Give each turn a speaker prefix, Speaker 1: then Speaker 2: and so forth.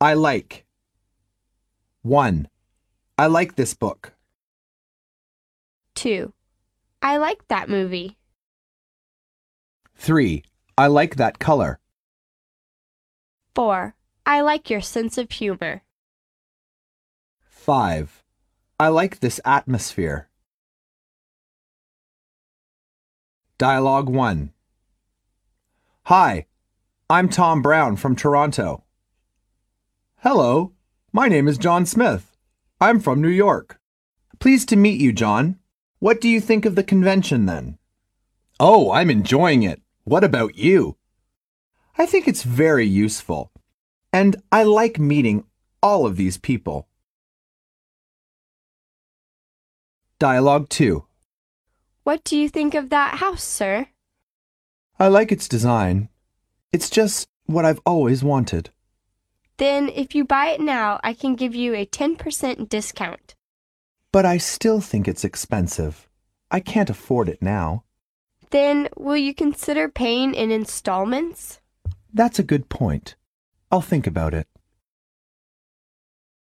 Speaker 1: I like. 1. I like this book.
Speaker 2: 2. I like that movie.
Speaker 1: 3. I like that color.
Speaker 2: 4. I like your sense of humor.
Speaker 1: 5. I like this atmosphere. Dialogue 1. Hi, I'm Tom Brown from Toronto. Hello, my name is John Smith. I'm from New York. Pleased to meet you, John. What do you think of the convention then? Oh, I'm enjoying it. What about you? I think it's very useful. And I like meeting all of these people. Dialogue 2.
Speaker 2: What do you think of that house, sir?
Speaker 1: I like its design. It's just what I've always wanted.
Speaker 2: Then, if you buy it now, I can give you a 10% discount.
Speaker 1: But I still think it's expensive. I can't afford it now.
Speaker 2: Then, will you consider paying in installments?
Speaker 1: That's a good point. I'll think about it.